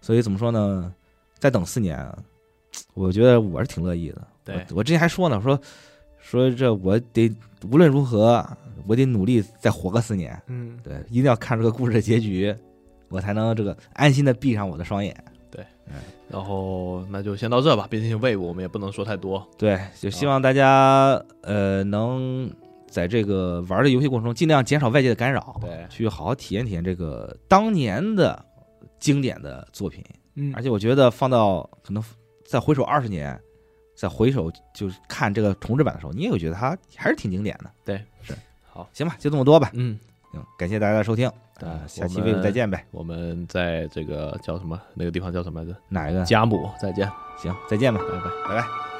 所以怎么说呢？再等四年，我觉得我是挺乐意的。对我我之前还说呢，说说这我得无论如何，我得努力再活个四年。嗯，对，一定要看这个故事的结局，我才能这个安心的闭上我的双眼。然后那就先到这吧，毕竟 Wave 我们也不能说太多。对，就啊希望大家呃能在这个玩的游戏过程中尽量减少外界的干扰，对去好好体验体验这个当年的经典的作品。嗯而且我觉得放到可能再回首二十年，再回首就是看这个重制版的时候，你也会觉得它还是挺经典的。好，行吧，就这么多吧。嗯，嗯，感谢大家的收听，对呃下期我 v 们 i 再见呗。我们在这个叫什么那个地方叫什么来着？哪一个？家母，再见，行，再见吧，拜拜。拜拜。